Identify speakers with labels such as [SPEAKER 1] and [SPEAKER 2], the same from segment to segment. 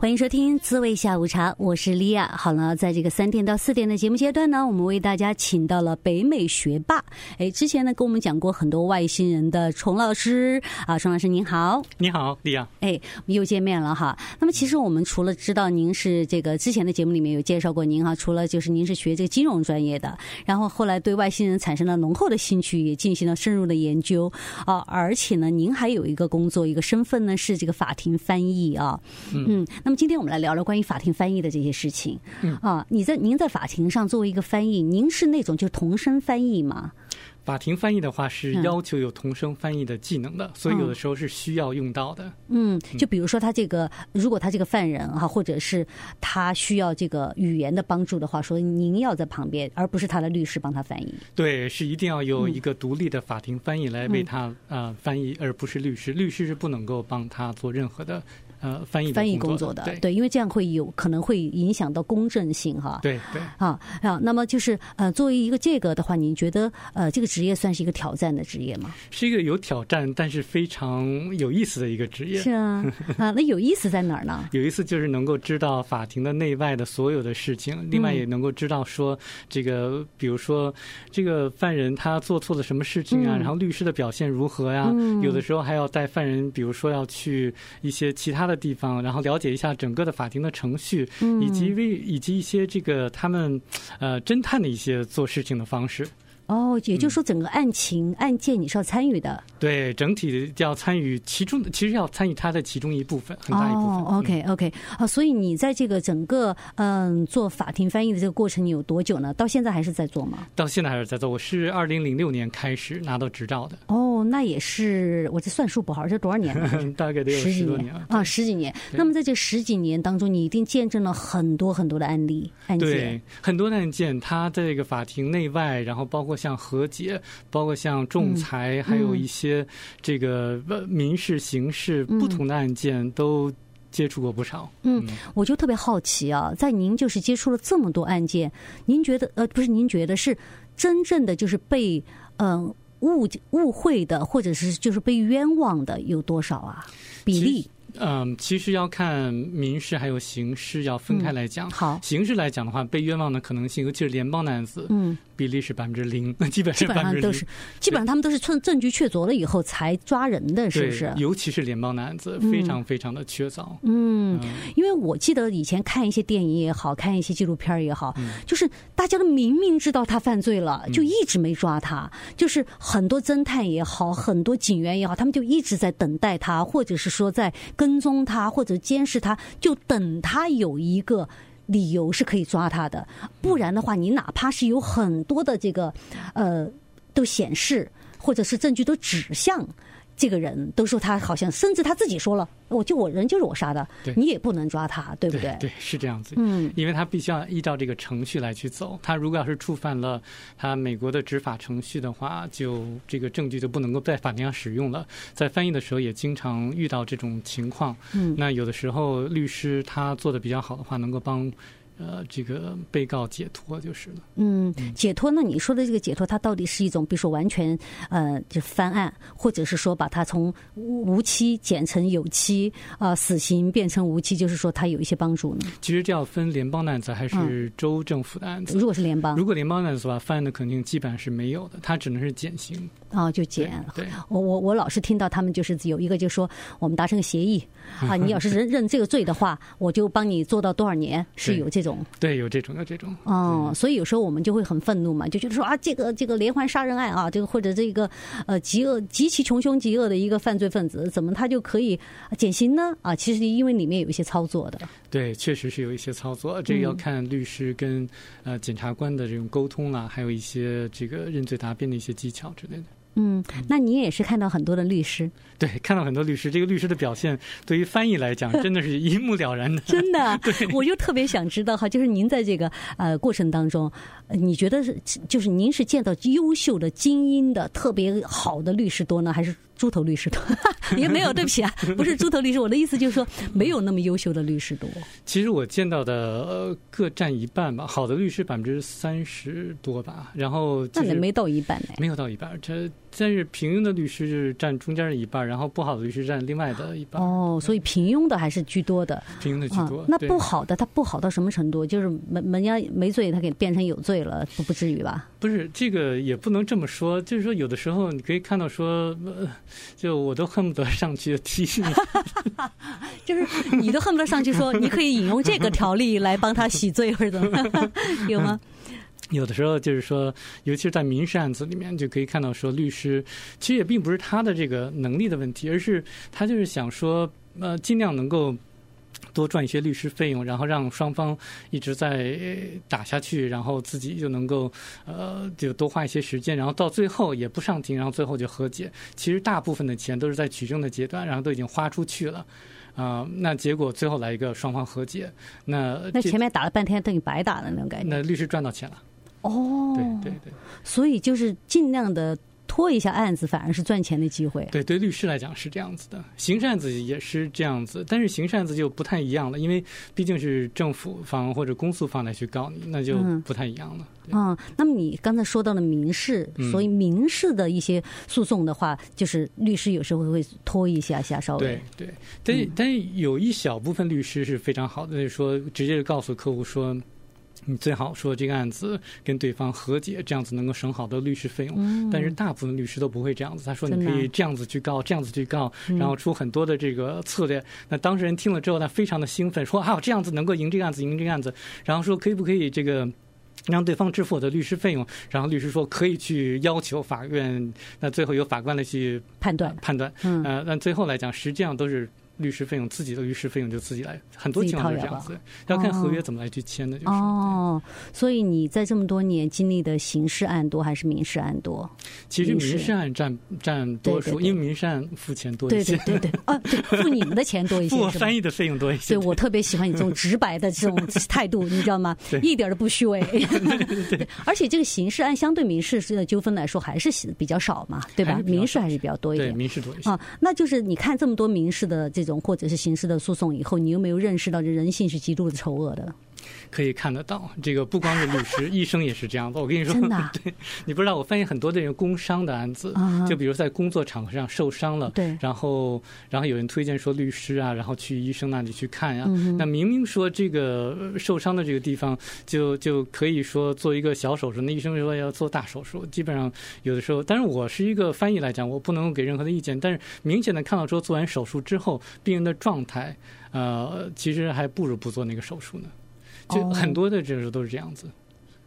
[SPEAKER 1] 欢迎收听《滋味下午茶》，我是莉亚。好了，在这个三点到四点的节目阶段呢，我们为大家请到了北美学霸。哎，之前呢跟我们讲过很多外星人的虫老师啊，虫老师您好，
[SPEAKER 2] 你好，莉亚。
[SPEAKER 1] 哎，我们又见面了哈。那么其实我们除了知道您是这个之前的节目里面有介绍过您哈，除了就是您是学这个金融专业的，然后后来对外星人产生了浓厚的兴趣，也进行了深入的研究啊，而且呢，您还有一个工作一个身份呢是这个法庭翻译啊，嗯，那么今天我们来聊聊关于法庭翻译的这些事情、啊，你在您在法庭上作为一个翻译，您是那种就同声翻译吗？
[SPEAKER 2] 法庭翻译的话是
[SPEAKER 1] 嗯
[SPEAKER 2] 要求有同声翻译的技能的，所以有的时候是需要用到的。
[SPEAKER 1] 嗯，就比如说他这个，如果他这个犯人哈、或者是他需要这个语言的帮助的话，说您要在旁边，而不是他的律师帮他翻译。
[SPEAKER 2] 对，是一定要有一个独立的法庭翻译来
[SPEAKER 1] 嗯
[SPEAKER 2] 为他、呃翻译，而不是律师。律师是不能够帮他做任何的呃翻译的
[SPEAKER 1] 翻译
[SPEAKER 2] 工
[SPEAKER 1] 工作的，
[SPEAKER 2] 对
[SPEAKER 1] 因为这样会有可能会影响到公正性哈。
[SPEAKER 2] 对对
[SPEAKER 1] 啊啊，那么就是呃，作为一个这个的话，您觉得呃，这个职业算是一个挑战的职业吗？
[SPEAKER 2] 是一个有挑战但是非常有意思的一个职业
[SPEAKER 1] 是。 啊，啊，那有意思在哪儿呢？
[SPEAKER 2] 有一次就是能够知道法庭的内外的所有的事情，
[SPEAKER 1] 嗯
[SPEAKER 2] 另外也能够知道说这个，比如说这个犯人他做错了什么事情啊，
[SPEAKER 1] 嗯
[SPEAKER 2] 然后律师的表现如何呀、
[SPEAKER 1] 嗯
[SPEAKER 2] 有的时候还要带犯人，比如说要去一些其他的地方，然后了解一下整个的法庭的程序，
[SPEAKER 1] 嗯
[SPEAKER 2] 以及为以及一些这个他们呃侦探的一些做事情的方式。
[SPEAKER 1] 哦，也就是说整个案情、案件你是要参与的。
[SPEAKER 2] 对，整体要参与其中，其实要参与它的其中一部分，很大一部分。
[SPEAKER 1] 哦，OK OK 啊，所以你在这个整个嗯做法庭翻译的这个过程，你有多久呢？到现在还是在做吗？
[SPEAKER 2] 到现在还是在做，我是二零零六年开始拿到执照的。
[SPEAKER 1] 哦，那也是我这算术不好，这多少年了？
[SPEAKER 2] 大概得 有
[SPEAKER 1] 嗯十几
[SPEAKER 2] 十多
[SPEAKER 1] 年
[SPEAKER 2] 年了。
[SPEAKER 1] 啊，十几年。那么在这十几年当中，你一定见证了很多很多的案例案件
[SPEAKER 2] 对，很多的案件，它在这个法庭内外，然后包括像和解，包括像
[SPEAKER 1] 嗯
[SPEAKER 2] 仲裁，还有一些这个呃民事、刑事不同的案件都接触过不少。
[SPEAKER 1] 嗯，我就特别好奇啊，在您就是接触了这么多案件，您觉得呃不是您觉得是真正的就是被嗯、呃误误会的，或者是就是被冤枉的有多少啊？比
[SPEAKER 2] 其
[SPEAKER 1] 例
[SPEAKER 2] 实嗯，其实要看民事还有刑事要
[SPEAKER 1] 嗯
[SPEAKER 2] 分开来讲。
[SPEAKER 1] 好，
[SPEAKER 2] 刑事来讲的话，被冤枉的可能性，尤其是联邦的案子，
[SPEAKER 1] 嗯。
[SPEAKER 2] 比例是百分之零， 基本
[SPEAKER 1] 基
[SPEAKER 2] 上
[SPEAKER 1] 本
[SPEAKER 2] 百分
[SPEAKER 1] 上
[SPEAKER 2] 之
[SPEAKER 1] 都
[SPEAKER 2] 零。
[SPEAKER 1] 是，基本上他们都是证证据确凿了以后才抓人的，是不是
[SPEAKER 2] 对，？尤其是联邦的案子，非常非常的确凿。
[SPEAKER 1] 嗯，因为我记得以前看一些电影也好看一些纪录片儿也好，就是大家都明明知道他犯罪了，
[SPEAKER 2] 嗯
[SPEAKER 1] 就一直没抓他。就是很多侦探也好，很多警员也好，他们就一直在等待他，或者是说在跟踪他，或者监视他，就等他有一个。理由是可以抓他的，不然的话，你哪怕是有很多的这个，呃，都显示或者是证据都指向这个人，都说他好像，甚至他自己说了，我就我人就是我杀的
[SPEAKER 2] 对，
[SPEAKER 1] 你也不能抓他，对不
[SPEAKER 2] 对是这样子。
[SPEAKER 1] 嗯，
[SPEAKER 2] 因为他必须要依照这个程序来去走。他如果要是触犯了他美国的执法程序的话，就这个证据就不能够在法庭上使用了。在翻译的时候也经常遇到这种情况。
[SPEAKER 1] 嗯
[SPEAKER 2] 那有的时候律师他做的比较好的话，能够帮呃这个被告解脱就是了。
[SPEAKER 1] 嗯，解脱。那你说的这个解脱，它到底是一种，比如说完全呃，就翻案，或者是说把它从无无期减成有期，啊、死刑变成无期，就是说它有一些帮助呢？
[SPEAKER 2] 其实这要分联邦的案子还是州政府的案子。
[SPEAKER 1] 如果是联邦
[SPEAKER 2] 如果联邦的案子的话，翻译的肯定基本上是没有的，它只能是减刑。
[SPEAKER 1] 啊、就减。
[SPEAKER 2] 对。对
[SPEAKER 1] 我我我老是听到他们就是有一个就说我们达成个协议啊，你要是认认这个罪的话，我就帮你做到多少年，是
[SPEAKER 2] 对
[SPEAKER 1] 有这种
[SPEAKER 2] 对，有这种，有这种。
[SPEAKER 1] 哦，所以有时候我们就会很愤怒嘛，就觉得说啊，这个这个连环杀人案啊，这个或者这个呃极恶极其穷凶极恶的一个犯罪分子，怎么他就可以减刑呢？啊，其实因为里面有一些操作的，
[SPEAKER 2] 对，确实是有一些操作，这个
[SPEAKER 1] 嗯
[SPEAKER 2] 要看律师跟、啊呃检察官的这种沟通啦，还有一些这个认罪答辩的一些技巧之类的。
[SPEAKER 1] 嗯，那你也是看到很多的律师，
[SPEAKER 2] 对，看到很多律师，这个律师的表现对于翻译来讲，真的是一目了然的。
[SPEAKER 1] 真的，我就特别想知道哈，就是您在这个呃过程当中，呃你觉得是就是您是见到优秀的、精英的、特别好的律师多呢，还是猪头律师多？ 也没有，对不起啊，不是猪头律师，我的意思就是说没有那么优秀的律师多。
[SPEAKER 2] 其实我见到的呃各占一半吧，好的律师百分之三十多吧，然后
[SPEAKER 1] 那
[SPEAKER 2] 就
[SPEAKER 1] 也
[SPEAKER 2] 是
[SPEAKER 1] 没到一半呢。
[SPEAKER 2] 没有到一半儿，这但是平庸的律师就是占中间的一半儿，然后不好的律师占另外的一半儿，
[SPEAKER 1] 哦，所以平庸的还是居多的
[SPEAKER 2] 平庸的居
[SPEAKER 1] 啊
[SPEAKER 2] 多。。
[SPEAKER 1] 那
[SPEAKER 2] 对
[SPEAKER 1] 不好的，他不好到什么程度？就是门门家没罪，他给变成有罪了，不不至于吧？
[SPEAKER 2] 不是这个也不能这么说，就是说有的时候你可以看到说，呃就我都恨不得上去踢你，
[SPEAKER 1] 就是你都恨不得上去说，你可以引用这个条例来帮他洗罪，或者怎么 样，有吗？
[SPEAKER 2] 嗯有的时候就是说，尤其是在民事案子里面，就可以看到说，律师其实也并不是他的这个能力的问题，而是他就是想说，呃，尽量能够多赚一些律师费用，然后让双方一直在呃打下去，然后自己就能够呃就多花一些时间，然后到最后也不上庭，然后最后就和解。其实大部分的钱都是在取证的阶段，然后都已经花出去了。啊、那结果最后来一个双方和解，那
[SPEAKER 1] 那
[SPEAKER 2] 这
[SPEAKER 1] 前面打了半天等于白打的那种感觉。
[SPEAKER 2] 那律师赚到钱了，
[SPEAKER 1] 哦，
[SPEAKER 2] 对对对。
[SPEAKER 1] 所以就是尽量的拖一下案子，反而是赚钱的机会。
[SPEAKER 2] 对，对律师来讲是这样子的，刑事案子也是这样子，但是刑事案子就不太一样了，因为毕竟是政府方或者公诉方来去告你，那就
[SPEAKER 1] 嗯
[SPEAKER 2] 不太一样了。对
[SPEAKER 1] 啊、那么你刚才说到了民事，
[SPEAKER 2] 嗯
[SPEAKER 1] 所以民事的一些诉讼的话，就是律师有时候会拖一下下，稍微
[SPEAKER 2] 对对，但、
[SPEAKER 1] 嗯
[SPEAKER 2] 但有一小部分律师是非常好的，就是说直接就告诉客户说。你最好说这个案子跟对方和解，这样子能够省好多律师费用。但是大部分律师都不会这样子，他说
[SPEAKER 1] 嗯真
[SPEAKER 2] 你
[SPEAKER 1] 的
[SPEAKER 2] 可以
[SPEAKER 1] 啊
[SPEAKER 2] 这样子去告，这样子去告，
[SPEAKER 1] 嗯
[SPEAKER 2] 然后出很多的这个策略。那当事人听了之后，他非常的兴奋，说啊这样子能够赢这个案子，赢这个案子。然后说可以不可以这个让对方支付我的律师费用？然后律师说可以去要求法院，那最后由法官来去
[SPEAKER 1] 判断
[SPEAKER 2] 判断。
[SPEAKER 1] 嗯
[SPEAKER 2] 呃，但最后来讲，实际上都是律师费用，自己的律师费用就自己来，很多情况都是这样
[SPEAKER 1] 自
[SPEAKER 2] 子，要看合约
[SPEAKER 1] 哦
[SPEAKER 2] 怎么来去签的，就是。
[SPEAKER 1] 哦，所以你在这么多年经历的刑事案多还是民事案多？
[SPEAKER 2] 对其实
[SPEAKER 1] 民
[SPEAKER 2] 民
[SPEAKER 1] 事
[SPEAKER 2] 事案占占多
[SPEAKER 1] 对对
[SPEAKER 2] 数，
[SPEAKER 1] 对
[SPEAKER 2] 因为民事案付钱多一
[SPEAKER 1] 对
[SPEAKER 2] 些
[SPEAKER 1] 对，对对，啊， 对，付你们的钱多一
[SPEAKER 2] 付
[SPEAKER 1] 些是吧
[SPEAKER 2] 翻？译的费用多一些。
[SPEAKER 1] 对，我特别喜欢你这种直白的这种态度，你知道吗？
[SPEAKER 2] 对
[SPEAKER 1] 一点儿都不虚 伪。对，而且这个刑事案相对民事的纠纷来说，还是比较少嘛，对吧
[SPEAKER 2] 还？是比较
[SPEAKER 1] 民事还是比较多一
[SPEAKER 2] 对
[SPEAKER 1] 点。
[SPEAKER 2] 民事多一些。
[SPEAKER 1] 啊，那就是你看这么多民事的这种或者是刑事的诉讼以后，你有没有认识到这人性是极度的丑恶 的？
[SPEAKER 2] 可以看得到，这个不光是律 师，医生也是这样的。我跟你说，
[SPEAKER 1] 真的啊
[SPEAKER 2] 对，你不知道，我发现很多的人工伤的案子，
[SPEAKER 1] 啊
[SPEAKER 2] 就比如在工作场合上受伤了，
[SPEAKER 1] 对
[SPEAKER 2] 然后然后有人推荐说律师啊，然后去医生那里去看啊呀、
[SPEAKER 1] 嗯
[SPEAKER 2] 那明明说这个呃受伤的这个地方就就可以说做一个小手术，那医生说要做大手术，基本上有的时候，但是我是一个翻译来讲，我不能给任何的意见，但是明显的看到说做完手术之后，病人的状态，呃，其实还不如不做那个手术呢。就
[SPEAKER 1] 哦
[SPEAKER 2] 很多的这种都是这样子，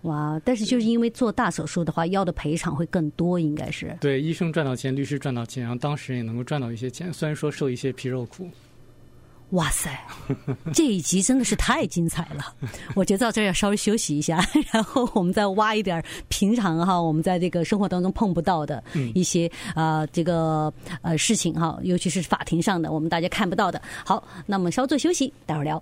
[SPEAKER 1] 哇！但是就是因为做大手术的话，要的赔偿会更多，应该是。
[SPEAKER 2] 对，医生赚到钱，律师赚到钱，然后当事人也能够赚到一些钱，虽然说受一些皮肉苦。
[SPEAKER 1] 哇塞， 这一集真的是太精彩 了！我觉得到这儿要稍微休息一下， 然后我们再挖一点儿平常哈，我们在这个生活当中碰不到的一些啊、呃这个呃事情哈，尤其是法庭上的，我们大家看不到的。好，那么稍作休息，待会儿聊。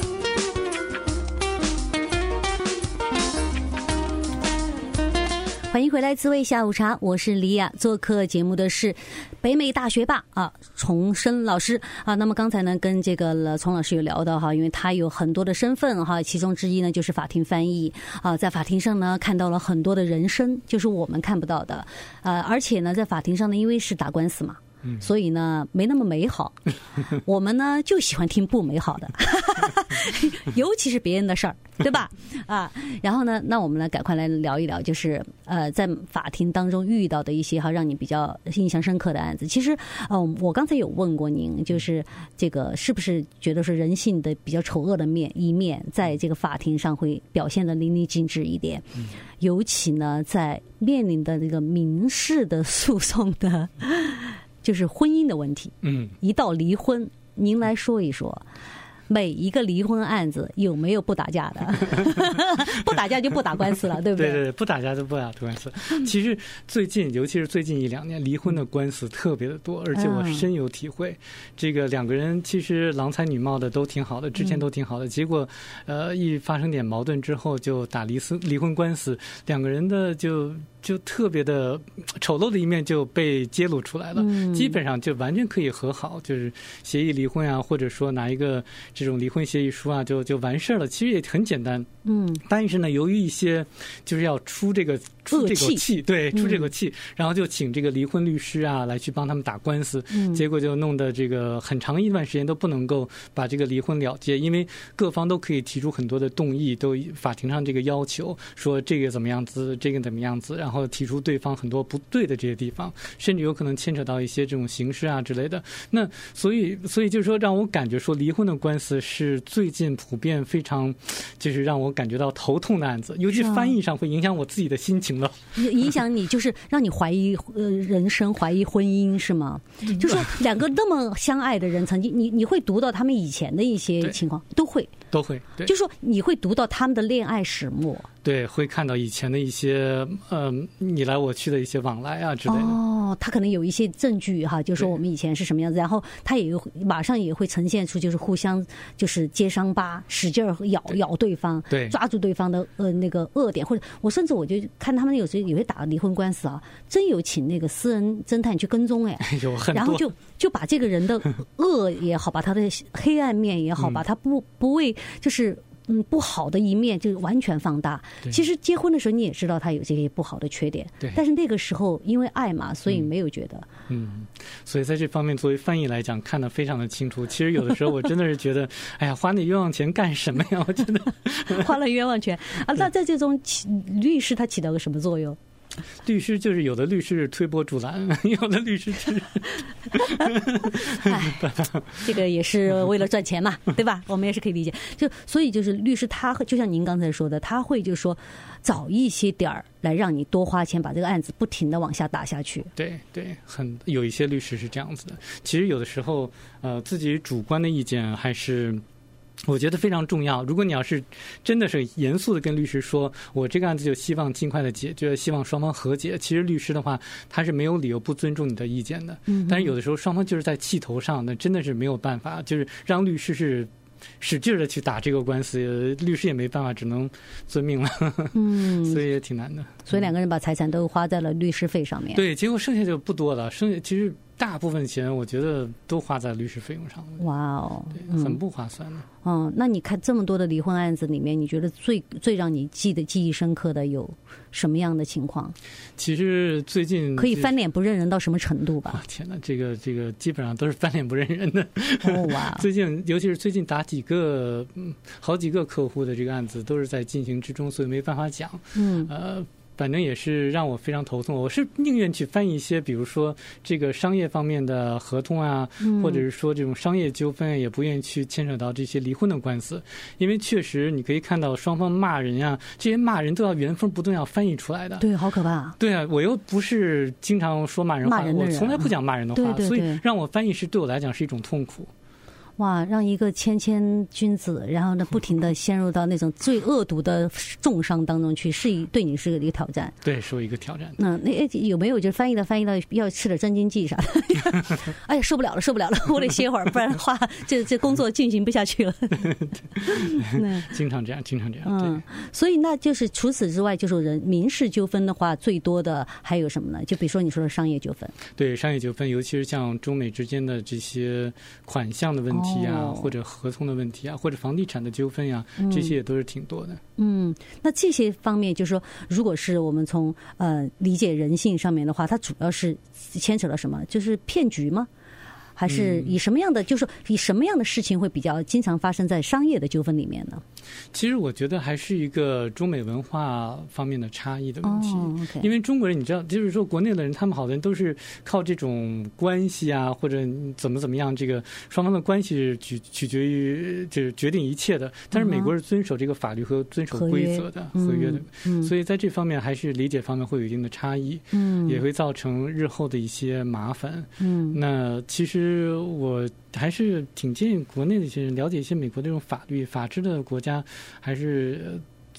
[SPEAKER 1] 欢迎回来，滋味下午茶，我是李雅。做客节目的是北美大学霸啊，重生老师啊。那么刚才呢，跟这个呃丛老师有聊到哈，因为他有很多的身份哈，其中之一呢就是法庭翻译啊，在法庭上呢看到了很多的人生，就是我们看不到的。呃，而且呢，在法庭上呢，因为是打官司嘛。所以呢，没那么美好。我们呢就喜欢听不美好的， 尤其是别人的事儿，对吧？啊，然后呢，那我们来赶快来聊一聊，就是呃，在法庭当中遇到的一些哈让你比较印象深刻的案子。其实，呃，我刚才有问过您，就是这个是不是觉得说人性的比较丑恶的面一面，在这个法庭上会表现的淋漓尽致一点， 尤其呢，在面临的这个民事的诉讼的就是婚姻的问题。
[SPEAKER 2] 嗯，
[SPEAKER 1] 一到离婚，您来说一说。每一个离婚案子有没有不打架 的？不打架就不打官司了，对不
[SPEAKER 2] 对
[SPEAKER 1] 对？嗯
[SPEAKER 2] 对，不打架就不打官司。其实最近，尤其是最近一两年，离婚的官司特别的多，而且我
[SPEAKER 1] 嗯
[SPEAKER 2] 深有体会。这个两个人其实郎才女貌的都挺好的，之前
[SPEAKER 1] 嗯
[SPEAKER 2] 都挺好的，结果呃一发生点矛盾之后就打离婚离婚官司，两个人的就。就特别的丑陋的一面就被揭露出来了，
[SPEAKER 1] 嗯
[SPEAKER 2] 基本上就完全可以和好，就是协议离婚啊，或者说拿一个这种离婚协议书啊，就就完事儿了。其实也很简单，
[SPEAKER 1] 嗯
[SPEAKER 2] 但是呢，由于一些就是要出这个出这口
[SPEAKER 1] 恶
[SPEAKER 2] 气，对，
[SPEAKER 1] 嗯
[SPEAKER 2] 出这口气，然后就请这个离婚律师啊来去帮他们打官司，
[SPEAKER 1] 嗯，
[SPEAKER 2] 结果就弄得这个很长一段时间都不能够把这个离婚了结，因为各方都可以提出很多的动议，都法庭上这个要求说这个怎么样子，这个怎么样子，然后提出对方很多不对的这些地方，甚至有可能牵扯到一些这种刑事啊之类的。那所以，所以就是说，让我感觉说离婚的官司是最近普遍非常，就是让我感觉到头痛的案子，尤其
[SPEAKER 1] 是啊
[SPEAKER 2] 翻译上会影响我自己的心情了。
[SPEAKER 1] 影影响你，就是让你怀疑呃人生，怀疑婚姻是吗？就说两个那么相爱的人，曾经你你会读到他们以前的一些
[SPEAKER 2] 对
[SPEAKER 1] 情况，都会，
[SPEAKER 2] 都会对。
[SPEAKER 1] 就说你会读到他们的恋爱始末。
[SPEAKER 2] 对，会看到以前的一些，嗯、你来我去的一些往来啊之类的。
[SPEAKER 1] 哦，他可能有一些证据哈，就说
[SPEAKER 2] 对
[SPEAKER 1] 我们以前是什么样子，然后他也有马上也会呈现出就是互相就是揭伤疤，使劲儿咬咬对方，
[SPEAKER 2] 对
[SPEAKER 1] 抓住对方的呃那个恶点，或者我甚至我就看他们有时候也会打离婚官司啊，真有请那个私人侦探去跟踪哎，
[SPEAKER 2] 有很多，
[SPEAKER 1] 然后就就把这个人的恶也好，把他的黑暗面也好，
[SPEAKER 2] 嗯
[SPEAKER 1] 把他不不为就是。嗯，不好的一面就完全放大。
[SPEAKER 2] 对
[SPEAKER 1] 其实结婚的时候你也知道他有这些不好的缺点
[SPEAKER 2] 对，
[SPEAKER 1] 但是那个时候因为爱嘛，所以没有觉得。
[SPEAKER 2] 嗯，所以在这方面作为翻译来讲，看得非常的清楚。其实有的时候我真的是觉得， 哎呀，花那冤枉钱干什么呀？我真的
[SPEAKER 1] 花了冤枉钱啊！那在这种起律师他起到个什么作用？
[SPEAKER 2] 律师就是有的律师是推波助澜， 有的律师是
[SPEAKER 1] 哎 这个也是为了赚钱嘛，对吧？我们也是可以理解。就所以就是律师他会，就像您刚才说的，他会就是说找一些点儿来让你多花钱，把这个案子不停的往下打下去。
[SPEAKER 2] 对对，很有一些律师是这样子的。其实有的时候，呃，自己主观的意见还是。我觉得非常重要。如果你要是真的是严肃的跟律师说，我这个案子就希望尽快的解决，希望双方和解。其实律师的话，他是没有理由不尊重你的意见的。
[SPEAKER 1] 嗯哼
[SPEAKER 2] 但是有的时候双方就是在气头上，那真的是没有办法，就是让律师是使劲的去打这个官司，呃律师也没办法，只能遵命了。
[SPEAKER 1] 嗯，
[SPEAKER 2] 所以也挺难的。
[SPEAKER 1] 所以两个人把财产都花在了律师费上面。
[SPEAKER 2] 对，结果剩下就不多了，剩下其实大部分钱我觉得都花在律师费用上了，
[SPEAKER 1] 哇哦，
[SPEAKER 2] 对，很
[SPEAKER 1] 嗯，
[SPEAKER 2] 不划算的。
[SPEAKER 1] 嗯，那你看这么多的离婚案子里面，你觉得最最让你记得记忆深刻的有什么样的情况？
[SPEAKER 2] 其实最近
[SPEAKER 1] 可以
[SPEAKER 2] 这
[SPEAKER 1] 翻。脸不认人到什么程度吧
[SPEAKER 2] 啊？天哪，这个这个基本上都是翻脸不认人的。
[SPEAKER 1] 哦哇，
[SPEAKER 2] 最近，尤其是最近打几个，嗯，好几个客户的这个案子都是在进行之中，所以没办法讲。
[SPEAKER 1] 嗯
[SPEAKER 2] 呃，反正也是让我非常头痛。我是宁愿去翻一些，比如说这个商业方面的合同啊，
[SPEAKER 1] 嗯，
[SPEAKER 2] 或者是说这种商业纠纷，也不愿意去牵扯到这些离婚的官司，因为确实你可以看到双方骂人呀、这些骂人都要原封不动要翻译出来的。
[SPEAKER 1] 对，好可怕。
[SPEAKER 2] 对啊，我又不是经常说骂人话，
[SPEAKER 1] 骂人的
[SPEAKER 2] 我
[SPEAKER 1] 人啊
[SPEAKER 2] 从来不讲骂人的话，
[SPEAKER 1] 对对
[SPEAKER 2] 所以
[SPEAKER 1] 对
[SPEAKER 2] 让我翻译是对我来讲是一种痛苦。
[SPEAKER 1] 哇，让一个谦谦君子，然后呢，不停的陷入到那种最恶毒的重伤当中去，是一对你是一个挑战。
[SPEAKER 2] 对，是我一个挑战。
[SPEAKER 1] 那那哎有没有就是翻译的翻译到要吃点镇静剂啥的？ 哎呀，受不了了，受不了了， 我得歇会儿，不然的话，这这工作进行不下去了。 那
[SPEAKER 2] 经常这样，经常这样。
[SPEAKER 1] 嗯，所以那就是除此之外，就是人民事纠纷的话，最多的还有什么呢？就比如说你说的商业纠纷，
[SPEAKER 2] 对对，商业纠纷，尤其是像中美之间的这些款项的问题啊，
[SPEAKER 1] 哦
[SPEAKER 2] 或者合同的问题啊，或者房地产的纠纷呀、这些也都是挺多的。
[SPEAKER 1] 嗯，那这些方面就是说，如果是我们从呃理解人性上面的话，它主要是牵扯到什么？就是骗局吗？
[SPEAKER 2] 嗯
[SPEAKER 1] 还是以什么样的，就是以什么样的事情会比较经常发生在商业的纠纷里面呢？
[SPEAKER 2] 其实我觉得还是一个中美文化方面的差异的问题。
[SPEAKER 1] 哦，OK，
[SPEAKER 2] 嗯因为中国人，你知道，就是说国内的人，他们好多人都是靠这种关系啊，或者怎么怎么样，这个双方的关系是取取决于就是决定一切的。但是美国是遵守这个法律和遵守
[SPEAKER 1] 合约
[SPEAKER 2] 规则的合约的，
[SPEAKER 1] 嗯，
[SPEAKER 2] 所以在这方面还是理解方面会有一定的差异，
[SPEAKER 1] 嗯
[SPEAKER 2] 也会造成日后的一些麻烦。
[SPEAKER 1] 嗯
[SPEAKER 2] 那其实我还是挺建议国内的一些人了解一些美国这种法律、法治的国家，还是呃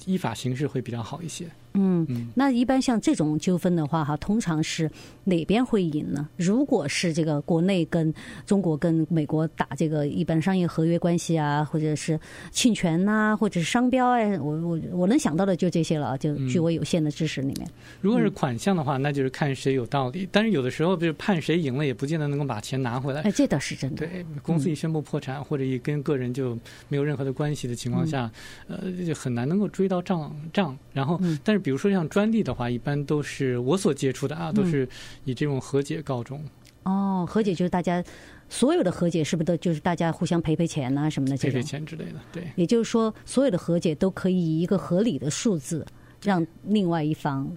[SPEAKER 2] 依法行事会比较好一些。
[SPEAKER 1] 嗯
[SPEAKER 2] 嗯，
[SPEAKER 1] 那一般像这种纠纷的话，哈，通常是哪边会赢呢？如果是这个国内跟中国跟美国打这个一般商业合约关系啊，或者是侵权呐、或者是商标哎，我我我能想到的就这些了啊，
[SPEAKER 2] 嗯
[SPEAKER 1] 就据我有限的知识里面，
[SPEAKER 2] 如果是
[SPEAKER 1] 嗯
[SPEAKER 2] 款项的话，那就是看谁有道理。但是有的时候就是判谁赢了，也不见得能够把钱拿回来。
[SPEAKER 1] 哎，这倒是真的。
[SPEAKER 2] 对，公司一宣布破产，或者一跟个人就没有任何的关系的情
[SPEAKER 1] 嗯
[SPEAKER 2] 况下，呃，就很难能够追到账账。然后
[SPEAKER 1] 嗯，
[SPEAKER 2] 但是比如说像专利的话，一般都是我所接触的啊，
[SPEAKER 1] 嗯
[SPEAKER 2] 都是以这种和解告终。
[SPEAKER 1] 哦，和解就是大家所有的和解，是不是都就是大家互相赔赔钱呐、什么的这
[SPEAKER 2] 赔
[SPEAKER 1] 种
[SPEAKER 2] 赔？钱之类的。对，
[SPEAKER 1] 也就是说，所有的和解都可以以一个合理的数字，让另外一方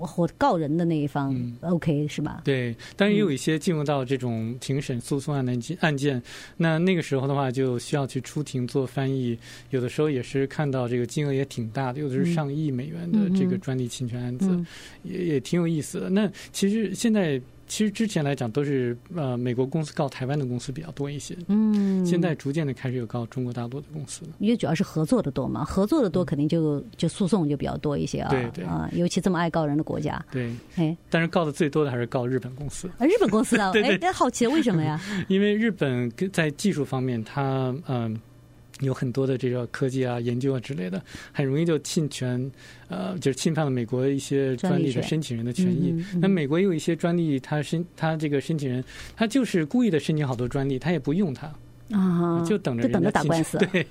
[SPEAKER 1] 或告人的那一方、
[SPEAKER 2] 嗯
[SPEAKER 1] OK 是吧？
[SPEAKER 2] 对，但是
[SPEAKER 1] 嗯
[SPEAKER 2] 也有一些进入到这种庭审诉讼案的件案件，那那个时候的话就需要去出庭做翻译，有的时候也是看到这个金额也挺大的，有的是上亿美元的这个专利侵权案子，
[SPEAKER 1] 嗯
[SPEAKER 2] 也也挺有意思的。那其实现在。其实之前来讲都是呃美国公司告台湾的公司比较多一些，
[SPEAKER 1] 嗯，
[SPEAKER 2] 现在逐渐的开始有告中国大陆的公司了。
[SPEAKER 1] 因为主要是合作的多嘛，合作的多肯定就就诉讼就比较多一些啊，
[SPEAKER 2] 对对
[SPEAKER 1] 啊，尤其这么爱告人的国家，
[SPEAKER 2] 对，
[SPEAKER 1] 哎，
[SPEAKER 2] 但是告的最多的还是告日本公司，
[SPEAKER 1] 啊日本公司呢
[SPEAKER 2] ，对对
[SPEAKER 1] 哎，但好奇为什么呀？
[SPEAKER 2] 因为日本跟在技术方面，它嗯、有很多的这个科技啊、研究啊之类的，很容易就侵权，呃，就是侵犯了美国一些专
[SPEAKER 1] 专
[SPEAKER 2] 利
[SPEAKER 1] 利
[SPEAKER 2] 的
[SPEAKER 1] 权
[SPEAKER 2] 申请人 的权益。
[SPEAKER 1] 嗯嗯
[SPEAKER 2] 那美国也有一些专利，它申它这个申请人，他就是故意的申请好多专利，他也不用它，
[SPEAKER 1] 啊，
[SPEAKER 2] 就等着
[SPEAKER 1] 就等着
[SPEAKER 2] 人家
[SPEAKER 1] 打
[SPEAKER 2] 侵
[SPEAKER 1] 官司，
[SPEAKER 2] 对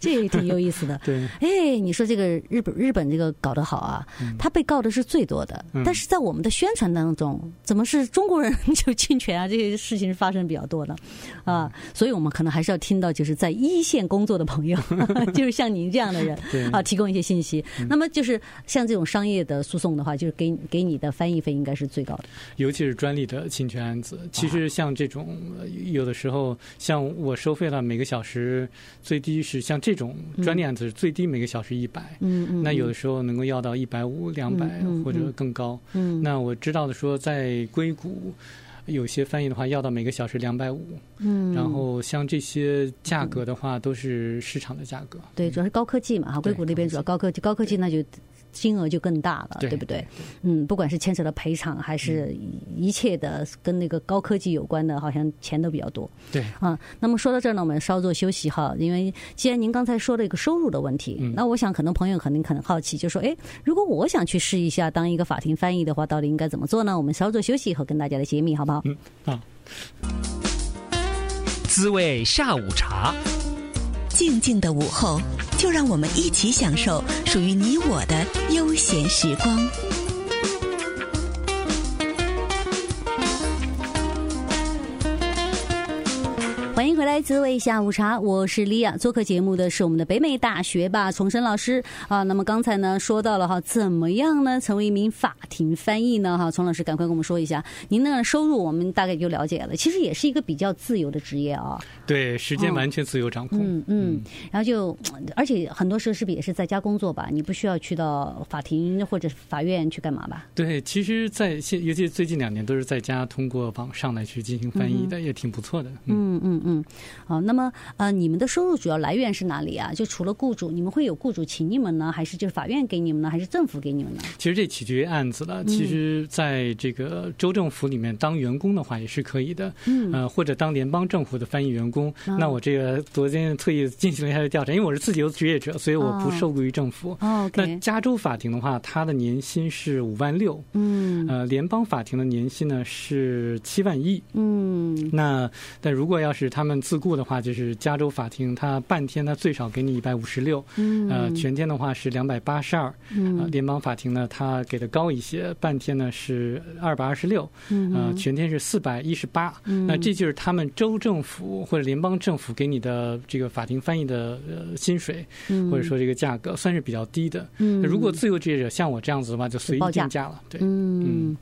[SPEAKER 1] 这也挺有意思的。
[SPEAKER 2] 对，
[SPEAKER 1] 哎，你说这个日本日本这个搞得好啊，他被告的是最多的，
[SPEAKER 2] 嗯
[SPEAKER 1] 但是在我们的宣传当中，怎么是中国人就侵权啊？这些事情是发生比较多的，啊，所以我们可能还是要听到就是在一线工作的朋 友，就是像您这样的人
[SPEAKER 2] 对
[SPEAKER 1] 啊，提供一些信息。那么就是像这种商业的诉讼的话，就是给给你的翻译费应该是最高的。
[SPEAKER 2] 尤其是专利的侵权案子。其实像这种，呃有的时候像我收费了每个小时，最低是像这种专利案子，最低每个小时一百、
[SPEAKER 1] 嗯嗯，
[SPEAKER 2] 那有的时候能够要到一百五、两百
[SPEAKER 1] 嗯嗯
[SPEAKER 2] 或者更高。
[SPEAKER 1] 嗯
[SPEAKER 2] 那我知道的说，在硅谷有些翻译的话，要到每个小时两百五。
[SPEAKER 1] 嗯，
[SPEAKER 2] 然后像这些价格的话，都是市场的价格。
[SPEAKER 1] 对，主要是高科技嘛哈，
[SPEAKER 2] 对
[SPEAKER 1] 硅谷那边主要嗯高科技，高科技那就金额就更大了，对不对？？嗯，不管是牵扯到赔偿还是一切的跟那个高科技有关的，好像钱都比较多
[SPEAKER 2] 对，
[SPEAKER 1] 啊。那么说到这儿呢，我们稍作休息哈，因为既然您刚才说了一个收入的问题，
[SPEAKER 2] 嗯
[SPEAKER 1] 那我想可能朋友肯定很好奇，就说哎，如果我想去试一下当一个法庭翻译的话，到底应该怎么做呢？我们稍作休息以后跟大家来揭秘，好不好？
[SPEAKER 3] 滋味下午茶。
[SPEAKER 4] 静静的午后，就让我们一起享受属于你我的悠闲时光。
[SPEAKER 1] 欢迎回来，滋味下午茶，我是莉亚。做客节目的是我们的北美大学吧重生老师啊。那么刚才呢说到了哈，怎么样呢成为一名法庭翻译呢？哈，崇老师赶快跟我们说一下，您的收入我们大概就了解了，其实也是一个比较自由的职业啊。
[SPEAKER 2] 对，时间
[SPEAKER 1] 哦
[SPEAKER 2] 完全自由掌控。
[SPEAKER 1] 嗯嗯，然后就而且很多时候是不是也是在家工作吧？你不需要去到法庭或者是法院去干嘛吧？
[SPEAKER 2] 对，其实在现，尤其最近两年都是在家通过网上来去进行翻译的，也挺不错的。
[SPEAKER 1] 嗯
[SPEAKER 2] 嗯，
[SPEAKER 1] 嗯嗯，好，那么呃，你们的收入主要来源是哪里啊？就除了雇主，你们会有雇主请你们呢，还是就是法院给你们呢，还是政府给你们呢？
[SPEAKER 2] 其实这取决于案子
[SPEAKER 1] 嗯
[SPEAKER 2] 了。其实，在这个州政府里面当员工的话也是可以的，
[SPEAKER 1] 嗯
[SPEAKER 2] 呃，或者当联邦政府的翻译员工。
[SPEAKER 1] 啊
[SPEAKER 2] 那我这个昨天特意进行了一下调查，因为我是自由职业者，所以我不
[SPEAKER 1] 哦
[SPEAKER 2] 受雇于政府。
[SPEAKER 1] 哦
[SPEAKER 2] 那
[SPEAKER 1] ，OK，
[SPEAKER 2] 加州法庭的话，它的年薪是五万六，
[SPEAKER 1] 嗯
[SPEAKER 2] 呃，联邦法庭的年薪呢是七万一。
[SPEAKER 1] 嗯
[SPEAKER 2] 那但如果要是他们自顾的话，就是加州法庭，它半天它最少给你一百五十六，
[SPEAKER 1] 嗯
[SPEAKER 2] 呃，全天的话是两百八十二，呃，联邦法庭呢它给的高一些，半天呢是二百二十六，
[SPEAKER 1] 嗯
[SPEAKER 2] 呃，全天是四百一十八，那这就是他们州政府或者联邦政府给你的这个法庭翻译的呃薪水，
[SPEAKER 1] 嗯
[SPEAKER 2] 或者说这个价格算是比较低的。如果自由职业者像我这样子的话，就随意定价了，对。
[SPEAKER 1] 嗯，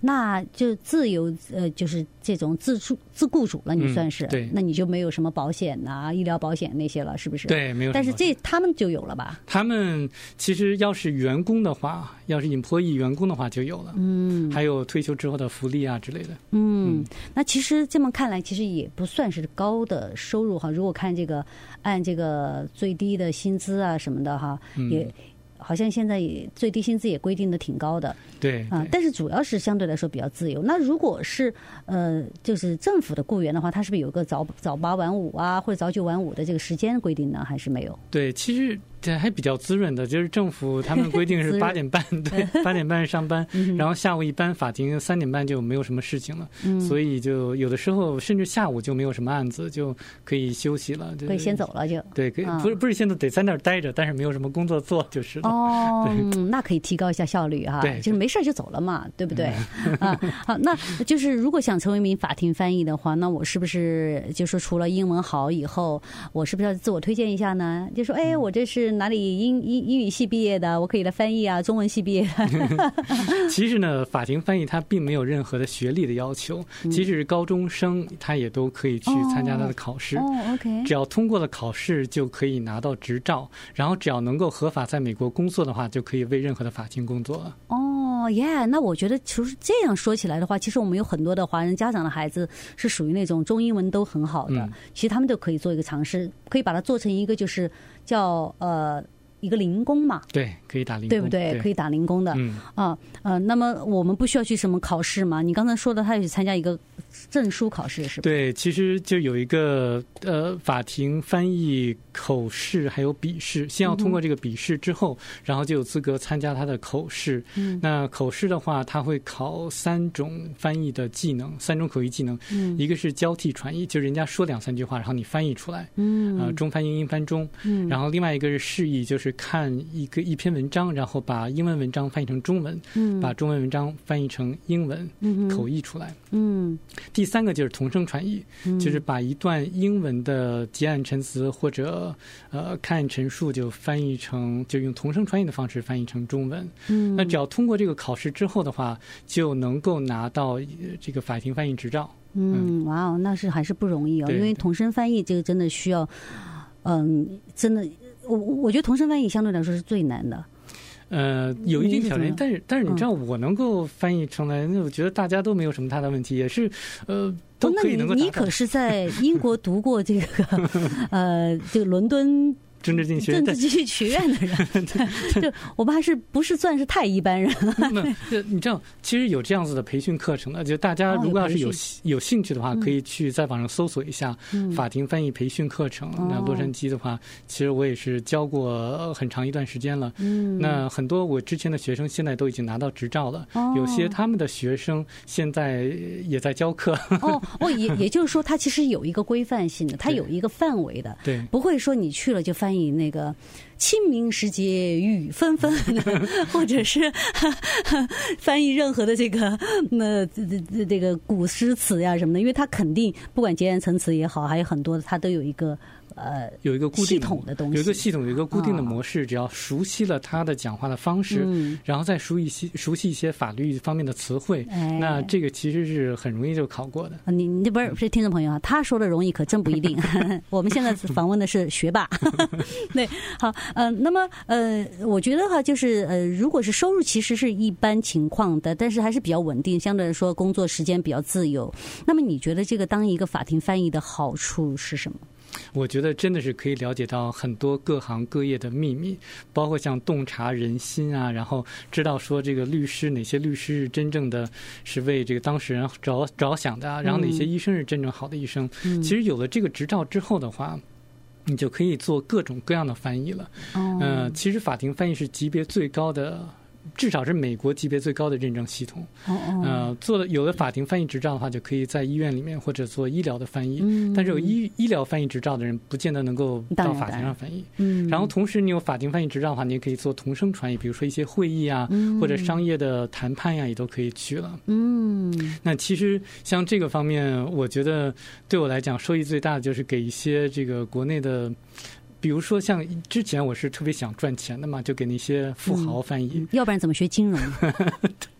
[SPEAKER 1] 那就自由呃，就是这种自助自雇主了，你
[SPEAKER 2] 嗯
[SPEAKER 1] 算是、
[SPEAKER 2] 对
[SPEAKER 1] 那你就没有什么保险呐、医疗保险那些了，是不是？。
[SPEAKER 2] 对，没有什么问题。
[SPEAKER 1] 但是这他们就有了吧？
[SPEAKER 2] 他们其实要是员工的话，要是 employee 员工的话就有了，嗯，还有退休之后的福利啊之类的，
[SPEAKER 1] 嗯，那其实这么看来，其实也不算是高的收入哈。如果看这个按这个最低的薪资啊什么的哈，也好像现在也最低薪资也规定的挺高的
[SPEAKER 2] 对，
[SPEAKER 1] 啊、
[SPEAKER 2] 对
[SPEAKER 1] 但是主要是相对来说比较自由。那如果是呃，就是政府的雇员的话，他是不是有个早早八晚五啊，或者早九晚五的这个时间规定呢？还是没有？
[SPEAKER 2] 对，其实这还比较滋润的，就是政府他们规定
[SPEAKER 1] 滋
[SPEAKER 2] 是
[SPEAKER 1] 润嗯
[SPEAKER 2] 八点半，对，八点半上班，然后下午一般法庭三点半就没有什么事情了，
[SPEAKER 1] 嗯
[SPEAKER 2] 所以就有的时候甚至下午就没有什么案子，就可以休息了，就
[SPEAKER 1] 可以先走了就。
[SPEAKER 2] 对，可以
[SPEAKER 1] 嗯
[SPEAKER 2] 不是不是现在得在那儿待着，但是没有什么工作做 就是了。
[SPEAKER 1] 哦，嗯那可以提高一下效率哈，
[SPEAKER 2] 对嗯
[SPEAKER 1] 就是没事儿就走了嘛，对不对？ 啊，好，那就是如果想成为一名法庭翻译的话，那我是不是就说除了英文好以后，我是不是要自我推荐一下呢？就说哎，我这是哪里英英英语系毕业的，我可以来翻译啊，中文系毕业的，
[SPEAKER 2] 其实呢，法庭翻译它并没有任何的学历的要求，即使是高中生，他也都可以去参加他的考试。
[SPEAKER 1] 嗯哦，OK，
[SPEAKER 2] 只要通过了考试，就可以拿到执照，然后只要能够合法在美国工作的话，就可以为任何的法庭工作了。
[SPEAKER 1] 哦耶，那我觉得其实这样说起来的话，其实我们有很多的华人家长的孩子是属于那种中英文都很好的，
[SPEAKER 2] 嗯
[SPEAKER 1] 其实他们都可以做一个尝试，可以把它做成一个就是叫呃一个零工嘛，
[SPEAKER 2] 对，可以打零工，
[SPEAKER 1] 对不对？可
[SPEAKER 2] 以，
[SPEAKER 1] 以打零工的、
[SPEAKER 2] 嗯，
[SPEAKER 1] 啊呃，那么我们不需要去什么考试嘛？你刚才说的，他也去参加一个证书考试是吧？
[SPEAKER 2] 对，其实就有一个呃，法庭翻译口试还有笔试，先要通过这个笔试之后，然后就有资格参加他的口试。
[SPEAKER 1] 嗯
[SPEAKER 2] 那口试的话，他会考三种翻译的技能，三种口译技能，
[SPEAKER 1] 嗯
[SPEAKER 2] 一个是交替传译，就人家说两三句话，然后你翻译出来，
[SPEAKER 1] 嗯
[SPEAKER 2] 啊、中翻英，英翻中。
[SPEAKER 1] 嗯
[SPEAKER 2] 然后另外一个是释义，就是看一个一篇文章，然后把英文文章翻译成中文，
[SPEAKER 1] 嗯
[SPEAKER 2] 把中文文章翻译成英文，
[SPEAKER 1] 嗯
[SPEAKER 2] 口译出来。
[SPEAKER 1] 嗯
[SPEAKER 2] 第三个就是同声传译，就是把一段英文的结案陈词或者呃看陈述就翻译成，就用同声传译的方式翻译成中文。
[SPEAKER 1] 嗯
[SPEAKER 2] 那只要通过这个考试之后的话，就能够拿到呃这个法庭翻译执照。
[SPEAKER 1] 嗯，哇哦，那是还是不容易哦，
[SPEAKER 2] 对
[SPEAKER 1] 因为
[SPEAKER 2] 对
[SPEAKER 1] 同声翻译这个真的需要，嗯，真的，我我我觉得同声翻译相对来说是最难的。
[SPEAKER 2] 呃，有一
[SPEAKER 1] 你
[SPEAKER 2] 定
[SPEAKER 1] 是
[SPEAKER 2] 挑
[SPEAKER 1] 怎么
[SPEAKER 2] 战
[SPEAKER 1] 样，
[SPEAKER 2] 但是但是你
[SPEAKER 1] 嗯
[SPEAKER 2] 知道我能够翻译成来，那我觉得大家都没有什么太大问题，也是呃都
[SPEAKER 1] 哦那
[SPEAKER 2] 可以能够
[SPEAKER 1] 你
[SPEAKER 2] 达
[SPEAKER 1] 你
[SPEAKER 2] 到
[SPEAKER 1] 可是在英国读过这个 呃，这个伦敦
[SPEAKER 2] 政治进学
[SPEAKER 1] 政。治
[SPEAKER 2] 但
[SPEAKER 1] 经济学院的 人， 就我们还是不是算是太一般人？
[SPEAKER 2] 那呃你知道，其实有这样子的培训课程的，呃就大家
[SPEAKER 1] 哦
[SPEAKER 2] 如果
[SPEAKER 1] 有
[SPEAKER 2] 要是
[SPEAKER 1] 培
[SPEAKER 2] 有
[SPEAKER 1] 训嗯
[SPEAKER 2] 兴有兴趣的话，可以去在网上搜索一下法庭翻译培训课程。
[SPEAKER 1] 哦
[SPEAKER 2] 那洛杉矶的话，其实我也是教过呃很长一段时间了。
[SPEAKER 1] 嗯
[SPEAKER 2] 那很多我之前的学生现在都已经拿到执照了，
[SPEAKER 1] 哦
[SPEAKER 2] 有些他们的学生现在呃也在教课。
[SPEAKER 1] 哦哦，也也就是说，它其实有一个规范性的，它
[SPEAKER 2] 对
[SPEAKER 1] 有一个范围的。
[SPEAKER 2] 对，
[SPEAKER 1] 不会说你去了就翻译那个“清明时节雨纷 纷”，或者是 翻译任何的这个那这这这个古诗词呀什么的，因为它肯定不管结案陈词也好，还有很多的它都有一个呃
[SPEAKER 2] 有一个固定
[SPEAKER 1] 系统的东西
[SPEAKER 2] 有一个系统，有一个固定的
[SPEAKER 1] 啊
[SPEAKER 2] 模式。只要熟悉了他的讲话的方式，
[SPEAKER 1] 嗯
[SPEAKER 2] 然后再熟悉一些熟悉一些法律方面的词汇，
[SPEAKER 1] 哎
[SPEAKER 2] 那这个其实是很容易就考过的。
[SPEAKER 1] 啊你你这不是不是听众朋友啊，他说的容易可真不一定。 我们现在访问的是学霸， 对，好，呃，那么呃，我觉得哈，就是呃，如果是收入其实是一般情况的，但是还是比较稳定，相对来说工作时间比较自由。那么你觉得这个当一个法庭翻译的好处是什么？
[SPEAKER 2] 我觉得真的是可以了解到很多各行各业的秘密，包括像洞察人心啊，然后知道说这个律师哪些律师是真正的是为这个当事人着着想的啊，然后哪些
[SPEAKER 1] 嗯
[SPEAKER 2] 医生是真正好的医生。其实有了这个执照之后的话。你就可以做各种各样的翻译了，呃
[SPEAKER 1] 哦
[SPEAKER 2] 嗯，其实法庭翻译是级别最高的至少是美国级别最高的认证系统。
[SPEAKER 1] 哦哦，
[SPEAKER 2] 呃，做的有了法庭翻译执照的话，就可以在医院里面或者做医疗的翻译。
[SPEAKER 1] 嗯
[SPEAKER 2] 但是有医医疗翻译执照的人，不见得能够
[SPEAKER 1] 当
[SPEAKER 2] 到
[SPEAKER 1] 然
[SPEAKER 2] 法庭
[SPEAKER 1] 当然
[SPEAKER 2] 上翻译。
[SPEAKER 1] 嗯，
[SPEAKER 2] 然后同时，你有法庭翻译执照的话，你也可以做同声传译，比如说一些会议啊，或者商业的谈判呀、也都可以去了。
[SPEAKER 1] 嗯
[SPEAKER 2] 那其实像这个方面，我觉得对我来讲受益最大的就是给一些这个国内的，比如说像之前我是特别想赚钱的嘛，就给那些富
[SPEAKER 1] 嗯
[SPEAKER 2] 豪翻译，
[SPEAKER 1] 要不然怎么学金融？啊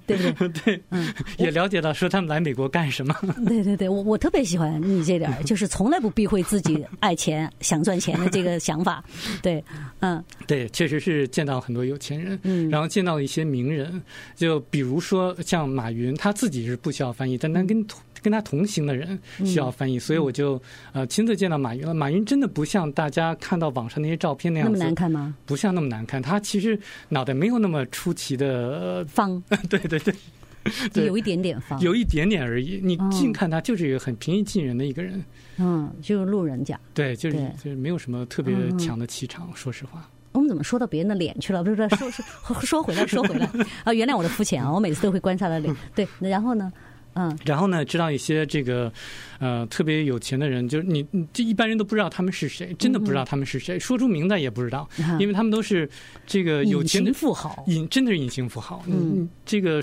[SPEAKER 1] 对不对？对，嗯，
[SPEAKER 2] 也了解到说他们来美国干什么。
[SPEAKER 1] 对对对，我我特别喜欢你这点儿，就是从来不避讳自己爱钱、想赚钱的这个想 法。对，嗯
[SPEAKER 2] 对，确实是见到很多有钱人，
[SPEAKER 1] 嗯，
[SPEAKER 2] 然后见到了一些名人，就比如说像马云，他自己是不需要翻译，
[SPEAKER 1] 嗯
[SPEAKER 2] 但他跟同跟他同行的人需要翻译，所以我就呃亲自见到马云了。马云真的不像大家看到网上那些照片那
[SPEAKER 1] 那
[SPEAKER 2] 样
[SPEAKER 1] 么
[SPEAKER 2] 子，
[SPEAKER 1] 难看吗？
[SPEAKER 2] 不像那么难看。他其实脑袋没有那么出奇的，
[SPEAKER 1] 方，
[SPEAKER 2] 呃、对对对， 对
[SPEAKER 1] 有一点点方，
[SPEAKER 2] 有一点点而已。你
[SPEAKER 1] 哦
[SPEAKER 2] 近看他就是一个很平易近人的一个人，
[SPEAKER 1] 嗯，就是路人甲。
[SPEAKER 2] 对，就是
[SPEAKER 1] 对
[SPEAKER 2] 就是没有什么特别
[SPEAKER 1] 嗯嗯
[SPEAKER 2] 强的气场，说实话。
[SPEAKER 1] 我们怎么说到别人的脸去了？不是，不是说说说回来，说 回来啊！原谅我的肤浅啊，我每次都会观察
[SPEAKER 2] 嗯
[SPEAKER 1] 到脸。对，然后呢，嗯
[SPEAKER 2] 然后呢，知道一些这个，呃，特别有钱的人，就是你，你这一般人都不知道他们是谁，
[SPEAKER 1] 嗯
[SPEAKER 2] 真的不知道他们是谁，说出名字也不知道，因为他们都是这个有
[SPEAKER 1] 隐
[SPEAKER 2] 钱的
[SPEAKER 1] 形富豪，
[SPEAKER 2] 隐，真的是隐形富豪。
[SPEAKER 1] 嗯
[SPEAKER 2] 嗯，这个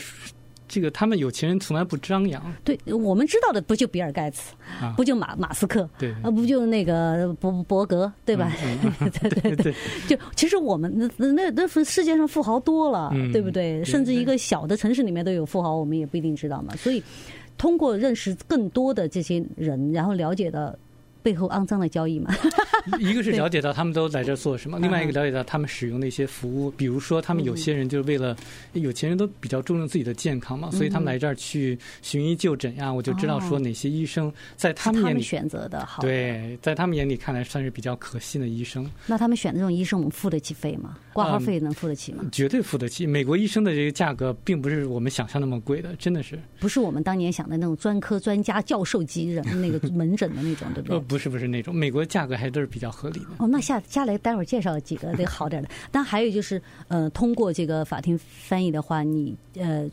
[SPEAKER 2] 这个他们有钱人从来不张扬
[SPEAKER 1] 对我们知道的不就比尔盖茨，
[SPEAKER 2] 啊，嗯
[SPEAKER 1] 不就马马斯克，
[SPEAKER 2] 对嗯
[SPEAKER 1] 啊，不就那个博博格，对吧？对对对，就其实我们那那那世界上富豪多了，
[SPEAKER 2] 嗯
[SPEAKER 1] 对不对？
[SPEAKER 2] 对
[SPEAKER 1] 甚至
[SPEAKER 2] 对
[SPEAKER 1] 一个小的城市里面都有富豪，我们也不一定知道嘛。所以，通过认识更多的这些人，然后了解到背后肮脏的交易嘛，
[SPEAKER 2] 一个是
[SPEAKER 1] 对嗯
[SPEAKER 2] 了解到他们都来这儿做什么，另外一个了解到他们使用的一些服务，比如说他们有些人就是为了有钱人都比较注重自己的健康
[SPEAKER 1] 嗯
[SPEAKER 2] 嘛，所以他们来这儿去寻医就诊呀，我就知道说哪些医生在他
[SPEAKER 1] 哦是
[SPEAKER 2] 们
[SPEAKER 1] 他
[SPEAKER 2] 眼
[SPEAKER 1] 们
[SPEAKER 2] 里。
[SPEAKER 1] 选择的好。，
[SPEAKER 2] 对，在他们眼里看来算是比较可信的医生，
[SPEAKER 1] 那他们选的这种医生，我们付得起费吗？挂
[SPEAKER 2] 嗯
[SPEAKER 1] 号费能付得起吗？
[SPEAKER 2] 绝对付得起。美国医生的这个价格并不是我们想象那么贵的，真的是。
[SPEAKER 1] 不是我们当年想的那种专科专家教授级人那个门诊的那种，对不
[SPEAKER 2] 呃，
[SPEAKER 1] 对？
[SPEAKER 2] 不是不是那种，美国价格还都是比较合理的。
[SPEAKER 1] 哦，那下下来待会儿介绍几个这个好点儿的。但还有就是，呃，通过这个法庭翻译的话，你呃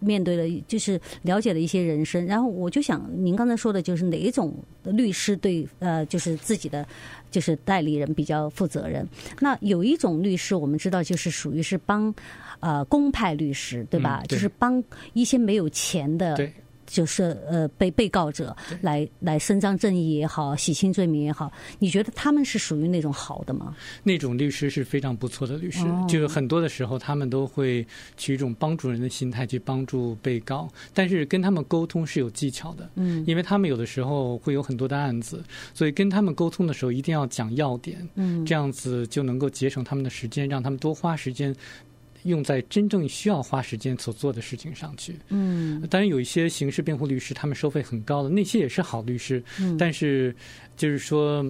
[SPEAKER 1] 面对了就是了解了一些人生。然后我就想，您刚才说的就是哪一种律师对呃就是自己的就是代理人比较负责任？那有一种律师我们知道就是属于是帮呃公派律师对吧？
[SPEAKER 2] 嗯对
[SPEAKER 1] 就是帮一些没有钱的
[SPEAKER 2] 对，
[SPEAKER 1] 就是呃被被告者来来伸张正义也好，洗清罪名也好，你觉得他们是属于那种好的吗？
[SPEAKER 2] 那种律师是非常不错的律师，
[SPEAKER 1] 哦
[SPEAKER 2] 就是很多的时候他们都会取一种帮助人的心态去帮助被告，但是跟他们沟通是有技巧的，
[SPEAKER 1] 嗯
[SPEAKER 2] 因为他们有的时候会有很多的案子，所以跟他们沟通的时候一定要讲要点，
[SPEAKER 1] 嗯
[SPEAKER 2] 这样子就能够节省他们的时间，让他们多花时间。用在真正需要花时间所做的事情上去。
[SPEAKER 1] 嗯
[SPEAKER 2] 当然，有一些刑事辩护律师，他们收费很高的，那些也是好律师，
[SPEAKER 1] 嗯
[SPEAKER 2] 但是就是说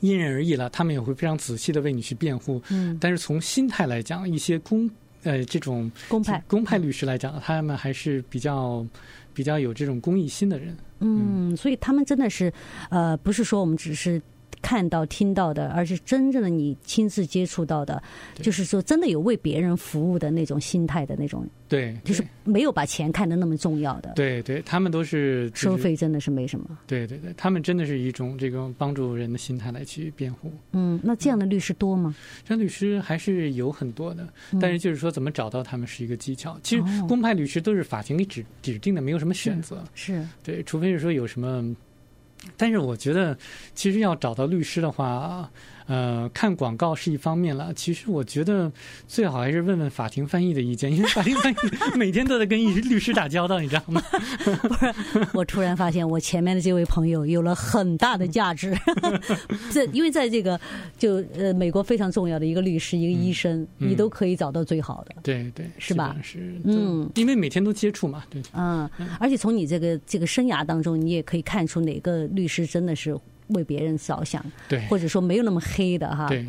[SPEAKER 2] 因人而异了，他们也会非常仔细的为你去辩护。
[SPEAKER 1] 嗯，
[SPEAKER 2] 但是从心态来讲，一些公呃这种
[SPEAKER 1] 公派
[SPEAKER 2] 公派律师来讲，他们还是比较比较有这种公益心的人。
[SPEAKER 1] 嗯，所以他们真的是呃，不是说我们只是。看到、听到的，而是真正的你亲自接触到的，
[SPEAKER 2] 对
[SPEAKER 1] 就是说真的有为别人服务的那种心态的那种，
[SPEAKER 2] 对，
[SPEAKER 1] 就是没有把钱看得那么重要的，
[SPEAKER 2] 对对，他们都是、就是、
[SPEAKER 1] 收。费真的是没什么。
[SPEAKER 2] 对对对，他们真的是一种这个帮助人的心态来去辩护。
[SPEAKER 1] 嗯，那这样的律师多吗？
[SPEAKER 2] 这律师还是有很多的，嗯但是就是说怎么找到他们是一个技巧。其实
[SPEAKER 1] 嗯哦
[SPEAKER 2] 公派律师都是法庭里指指定的，没有什么选择。
[SPEAKER 1] 是，
[SPEAKER 2] 对，除非是说有什么。但是我觉得，其实要找到律师的话，呃，看广告是一方面了。其实我觉得最好还是问问法庭翻译的意见，因为法庭翻译每天都在跟律师律师打交道，你知道 吗？
[SPEAKER 1] 我突然发现，我前面的这位朋友有了很大的价 值。这因为在这个就呃美国非常重要的一个律师、一个医生，
[SPEAKER 2] 嗯
[SPEAKER 1] 你都可以找到最好的。
[SPEAKER 2] 对对，
[SPEAKER 1] 是吧
[SPEAKER 2] 基本是，
[SPEAKER 1] 嗯
[SPEAKER 2] 对，因为每天都接触嘛，对，
[SPEAKER 1] 嗯，而且从你这个这个生涯当中，你也可以看出哪个律师真的是为别人着想，
[SPEAKER 2] 对，
[SPEAKER 1] 或者说没有那么黑的哈。
[SPEAKER 2] 对，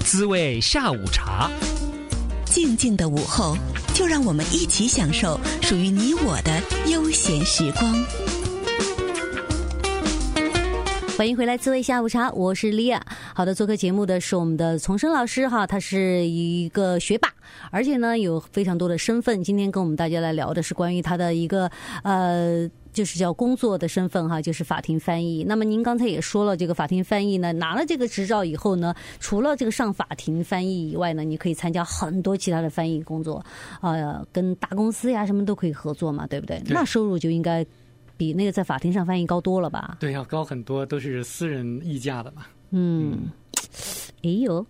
[SPEAKER 3] 滋味下午茶。
[SPEAKER 4] 静静的午后，就让我们一起享受属于你我的悠闲时光。
[SPEAKER 1] 欢迎回来，滋味下午茶，我是莉亚。好的，做客节目的是我们的丛生老师哈，他是一个学霸，而且呢有非常多的身份。今天跟我们大家来聊的是关于他的一个呃。就是叫工作的身份哈，就是法庭翻译。那么您刚才也说了，这个法庭翻译呢，拿了这个执照以后呢，除了这个上法庭翻译以外呢，你可以参加很多其他的翻译工作，呃，跟大公司呀什么都可以合作嘛，对不对？
[SPEAKER 2] 对
[SPEAKER 1] 那收入就应该比那个在法庭上翻译高多了吧？
[SPEAKER 2] 对，要高很多，都是私人议价的嘛。
[SPEAKER 1] 嗯，哎 呦。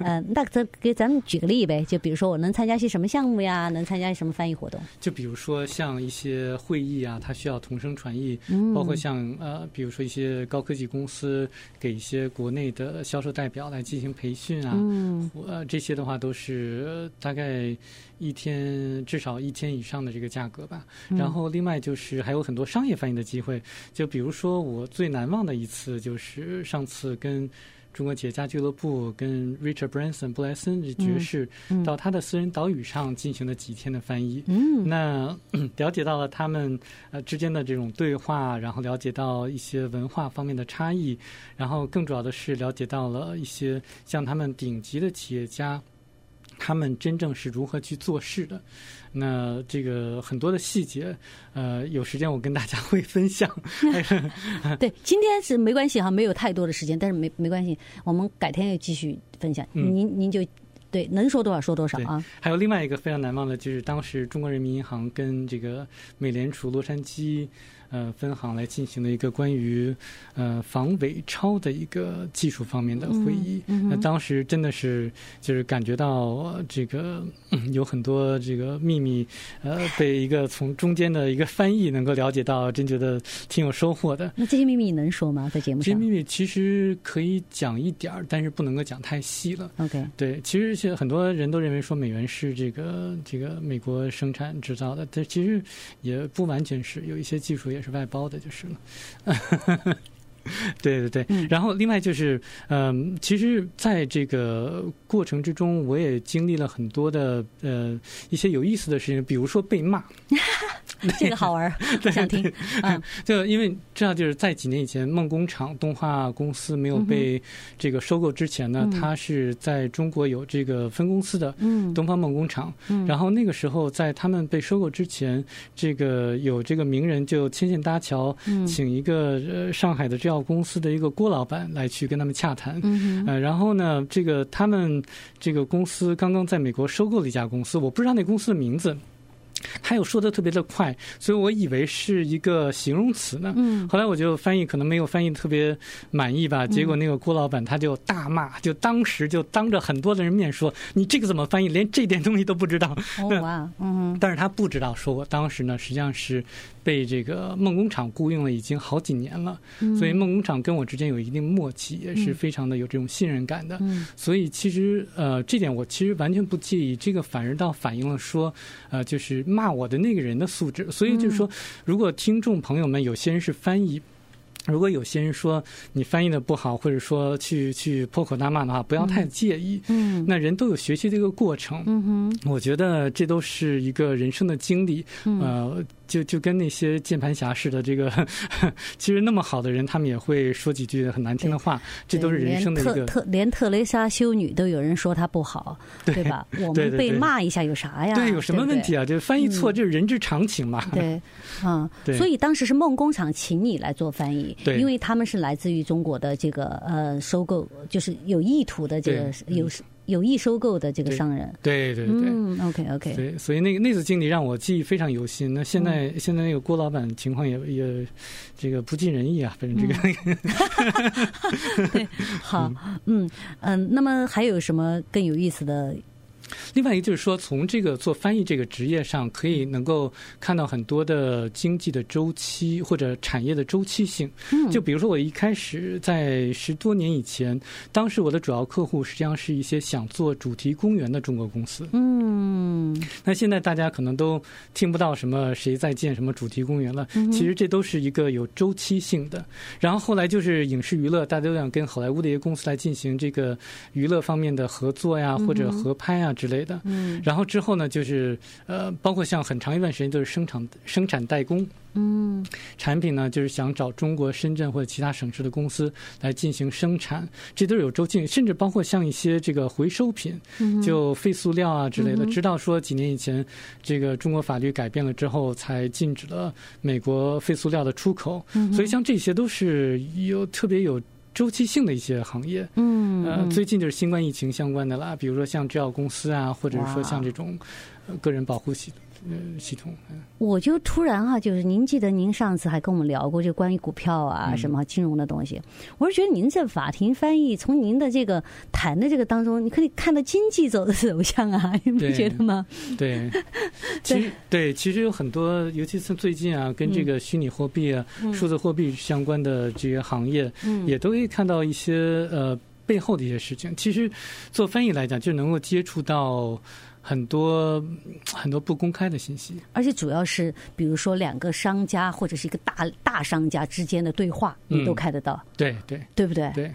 [SPEAKER 1] 呃，那咱给咱们举个例呗，就比如说我能参加些什么项目呀？能参加什么翻译活 动？
[SPEAKER 2] 就比如说像一些会议啊，它需要同声传译，
[SPEAKER 1] 嗯
[SPEAKER 2] 包括像呃，比如说一些高科技公司给一些国内的销售代表来进行培训啊，
[SPEAKER 1] 嗯
[SPEAKER 2] 呃，这些的话都是呃大概一天至少一天以上的这个价格吧。
[SPEAKER 1] 嗯
[SPEAKER 2] 然后另外就是还有很多商业翻译的机会，就比如说我最难忘的一次就是上次跟。中国企业家俱乐部跟 Richard Branson 布莱森爵士、
[SPEAKER 1] 嗯
[SPEAKER 2] 到他的私人岛屿上进行了几天的翻译，
[SPEAKER 1] 嗯
[SPEAKER 2] 那 了解到了他们呃之间的这种对话，然后了解到一些文化方面的差异，然后更主要的是了解到了一些像他们顶级的企业家。他们真正是如何去做事的？那这个很多的细节，呃，有时间我跟大家会分享。
[SPEAKER 1] 对，今天是没关系哈，没有太多的时间，但是没没关系，我们改天也继续分享。
[SPEAKER 2] 嗯
[SPEAKER 1] 您您就对能说多少说多少啊。
[SPEAKER 2] 还有另外一个非常难忘的，就是当时中国人民银行跟这个美联储洛杉矶呃分行来进行的一个关于呃防伪钞的一个技术方面的会议。
[SPEAKER 1] 嗯嗯哼
[SPEAKER 2] 那当时真的是就是感觉到呃这个、嗯有很多这个秘密，呃，被一个从中间的一个翻译能够了解到，真觉得挺有收获的。
[SPEAKER 1] 那这些秘密你能说吗？在节目
[SPEAKER 2] 这些
[SPEAKER 1] 上
[SPEAKER 2] 秘密其实可以讲一点儿，但是不能够讲太细了。
[SPEAKER 1] ？OK，
[SPEAKER 2] 对，其实现在很多人都认为说美元是这个这个美国生产制造的，但其实也不完全是，有一些技术也是外包的，就是了。 对对对，
[SPEAKER 1] 嗯
[SPEAKER 2] 然后另外就是，嗯、其实在这个过程之中，我也经历了很多的呃一些有意思的事情，比如说被骂，
[SPEAKER 1] 这个好玩 儿，我想听。嗯
[SPEAKER 2] 就因为知道，就是在几年以前，梦工厂动画公司没有被这个收购之前呢，
[SPEAKER 1] 嗯
[SPEAKER 2] 它是在中国有这个分公司的
[SPEAKER 1] 嗯
[SPEAKER 2] 东方梦工厂。
[SPEAKER 1] 嗯，
[SPEAKER 2] 然后那个时候，在他们被收购之前，这个有这个名人就牵线搭桥，
[SPEAKER 1] 嗯
[SPEAKER 2] 请一个呃上海的制药公司的一个郭老板来去跟他们洽谈。
[SPEAKER 1] 嗯哼
[SPEAKER 2] 呃，然后呢，这个他们这个公司刚刚在美国收购了一家公司，我不知道那公司的名字，还有说的特别的快，所以我以为是一个形容词呢。
[SPEAKER 1] 嗯
[SPEAKER 2] 后来我就翻译，可能没有翻译特别满意吧。结果那个郭老板他就大骂，就当时就当着很多的人面说：“你这个怎么翻译？连这点东西都不知道。”
[SPEAKER 1] 哦哇嗯哼
[SPEAKER 2] 但是他不知道，说我当时呢，实际上是被这个梦工厂雇佣了已经好几年了，
[SPEAKER 1] 嗯
[SPEAKER 2] 所以梦工厂跟我之间有一定默契，也是非常的有这种信任感的。
[SPEAKER 1] 嗯
[SPEAKER 2] 所以其实呃，这点我其实完全不介意，这个反而倒反映了说，呃，就是骂我的那个人的素质。所以
[SPEAKER 1] 嗯
[SPEAKER 2] 就是说，如果听众朋友们有些人是翻译。如果有些人说你翻译的不好，或者说去去破口大骂的话，不要太介意。
[SPEAKER 1] 嗯
[SPEAKER 2] 那人都有学习这个过程，
[SPEAKER 1] 嗯哼
[SPEAKER 2] 我觉得这都是一个人生的经历，
[SPEAKER 1] 嗯
[SPEAKER 2] 呃，就就跟那些键盘侠似的，这个 其实那么好的人，他们也会说几句很难听的话，这都是人生的一
[SPEAKER 1] 对连
[SPEAKER 2] 个。
[SPEAKER 1] 特特连特蕾莎修女都有人说她不好，对吧？我们
[SPEAKER 2] 对对
[SPEAKER 1] 被
[SPEAKER 2] 对
[SPEAKER 1] 骂一下有啥呀？
[SPEAKER 2] 对，有什么
[SPEAKER 1] 不
[SPEAKER 2] 问题啊？这翻译错，
[SPEAKER 1] 嗯
[SPEAKER 2] 这是人之常情嘛。
[SPEAKER 1] 对，嗯，
[SPEAKER 2] 对
[SPEAKER 1] 所以当时是梦工厂请你来做翻译，
[SPEAKER 2] 对
[SPEAKER 1] 因为他们是来自于中国的这个呃收购，就是有意图的这个
[SPEAKER 2] 对嗯
[SPEAKER 1] 有有意收购的这个
[SPEAKER 2] 对
[SPEAKER 1] 商人。
[SPEAKER 2] 对对对。
[SPEAKER 1] 嗯，OK OK，
[SPEAKER 2] 对，所以那个那次经历让我记忆非常犹新。那现在、
[SPEAKER 1] 嗯
[SPEAKER 2] 现在那个郭老板情况也也这个不尽人意啊，反正这
[SPEAKER 1] 嗯
[SPEAKER 2] 个、
[SPEAKER 1] 好，嗯嗯，那么还有什么更有意思的？
[SPEAKER 2] 另外一个就是说，从这个做翻译这个职业上，可以能够看到很多的经济的周期或者产业的周期性。
[SPEAKER 1] 嗯
[SPEAKER 2] 就比如说，我一开始在十多年以前，当时我的主要客户实际上是一些想做主题公园的中国公司。
[SPEAKER 1] 嗯
[SPEAKER 2] 那现在大家可能都听不到什么谁在建什么主题公园了，
[SPEAKER 1] 嗯
[SPEAKER 2] 其实这都是一个有周期性的。然后后来就是影视娱乐，大家都想跟好莱坞的一些公司来进行这个娱乐方面的合作呀，或者合拍啊之类的。
[SPEAKER 1] 嗯
[SPEAKER 2] 然后之后呢，就是呃，包括像很长一段时间都是生产生产代工，
[SPEAKER 1] 嗯
[SPEAKER 2] 产品呢，就是想找中国深圳或者其他省市的公司来进行生产，这都是有周期，甚至包括像一些这个回收品，
[SPEAKER 1] 嗯
[SPEAKER 2] 就废塑料啊之类的。直到说几年以前，这个中国法律改变了之后，才禁止了美国废塑料的出口。所以像这些都是有特别有周期性的一些行业。
[SPEAKER 1] 嗯
[SPEAKER 2] 呃，最近就是新冠疫情相关的啦，比如说像制药公司啊，或者是说像这种呃个人保护系呃系统。嗯
[SPEAKER 1] 我就突然哈、就是您记得您上次还跟我们聊过，就关于股票啊
[SPEAKER 2] 嗯
[SPEAKER 1] 什么金融的东西。我是觉得您这法庭翻译，从您的这个谈的这个当中，你可以看到经济走的走向啊， 你不
[SPEAKER 2] 对
[SPEAKER 1] 觉得吗？
[SPEAKER 2] 对，其实对，其实有很多，尤其是最近啊，跟这个虚拟货币啊、数字货币相关的这些行业，
[SPEAKER 1] 嗯
[SPEAKER 2] 也都可以看到一些呃背后的一些事情。其实做翻译来讲，就能够接触到很多很多不公开的信息。
[SPEAKER 1] 而且主要是比如说两个商家或者是一个大大商家之间的对话，你都
[SPEAKER 2] 嗯
[SPEAKER 1] 看得到，
[SPEAKER 2] 对对
[SPEAKER 1] 对不对？
[SPEAKER 2] 对。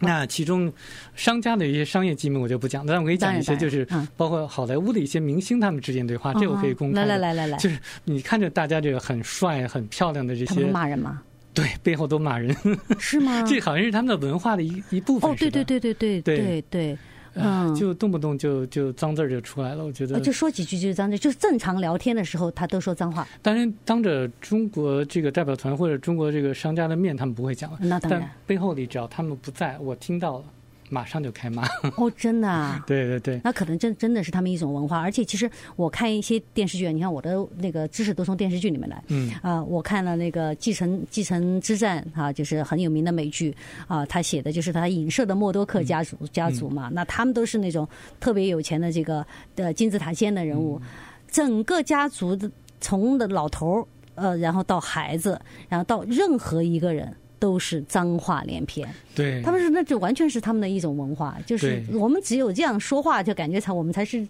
[SPEAKER 2] 那其中，商家的一些商业机密我就不讲，但我可以
[SPEAKER 1] 当
[SPEAKER 2] 讲
[SPEAKER 1] 然
[SPEAKER 2] 一些，就是
[SPEAKER 1] 当然嗯
[SPEAKER 2] 包括好莱坞的一些明星他们之间对话，这我可以公开
[SPEAKER 1] 来
[SPEAKER 2] 的。
[SPEAKER 1] 来来来来，
[SPEAKER 2] 就是你看着大家这个很帅、很漂亮的这
[SPEAKER 1] 他们
[SPEAKER 2] 些，
[SPEAKER 1] 骂人吗？
[SPEAKER 2] 对，背后都骂人，
[SPEAKER 1] 是吗？
[SPEAKER 2] 这好像是他们的文化的一一部分。
[SPEAKER 1] 哦，对对对对对
[SPEAKER 2] 对
[SPEAKER 1] 对对，
[SPEAKER 2] 是吧，
[SPEAKER 1] 嗯
[SPEAKER 2] 就动不动就就脏字儿就出来了。我觉
[SPEAKER 1] 呃
[SPEAKER 2] 得，
[SPEAKER 1] 就说几句就是脏的，就是正常聊天的时候他都说脏话，
[SPEAKER 2] 当然当着中国这个代表团或者中国这个商家的面，他们不会讲了。
[SPEAKER 1] 那当
[SPEAKER 2] 但
[SPEAKER 1] 然。
[SPEAKER 2] 背后里只要他们不在，我听到了，马上就 开骂。
[SPEAKER 1] 哦，真的 啊。
[SPEAKER 2] 对对对，
[SPEAKER 1] 那可能真真的是他们一种文化，而且其实我看一些电视剧，啊你看我的那个知识都从电视剧里面来
[SPEAKER 2] 嗯
[SPEAKER 1] 啊、我看了那个《继承继承之战》啊，就是很有名的美剧啊，他写的就是他影射的默多克家族、家族嘛，那他们都是那种特别有钱的这个呃金字塔尖的人物，整个家族的从的老头儿呃，然后到孩子，然后到任何一个人。都是脏话连篇，
[SPEAKER 2] 对
[SPEAKER 1] 他，们是那就完全是他们的一种文化，就是
[SPEAKER 2] 对
[SPEAKER 1] 我们只有这样说话，就感觉才我们才是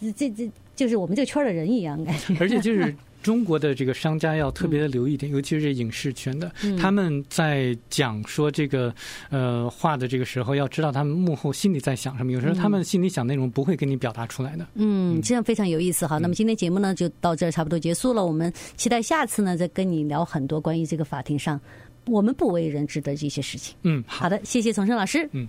[SPEAKER 1] 这这这就是我们这个圈儿的人一样，感觉
[SPEAKER 2] 而且就是。中国的这个商家要特别的留意一点，尤其是影视圈的，
[SPEAKER 1] 嗯
[SPEAKER 2] 他们在讲说这个呃话的这个时候，要知道他们幕后心里在想什么。有时候他们心里想内容不会跟你表达出来的。
[SPEAKER 1] 嗯，这样非常有意思哈。那么今天节目呢就到这儿差不多结束了，我们期待下次呢再跟你聊很多关于这个法庭上我们不为人知的一些事情。
[SPEAKER 2] 嗯，
[SPEAKER 1] 好的，谢谢丛生老师。
[SPEAKER 2] 嗯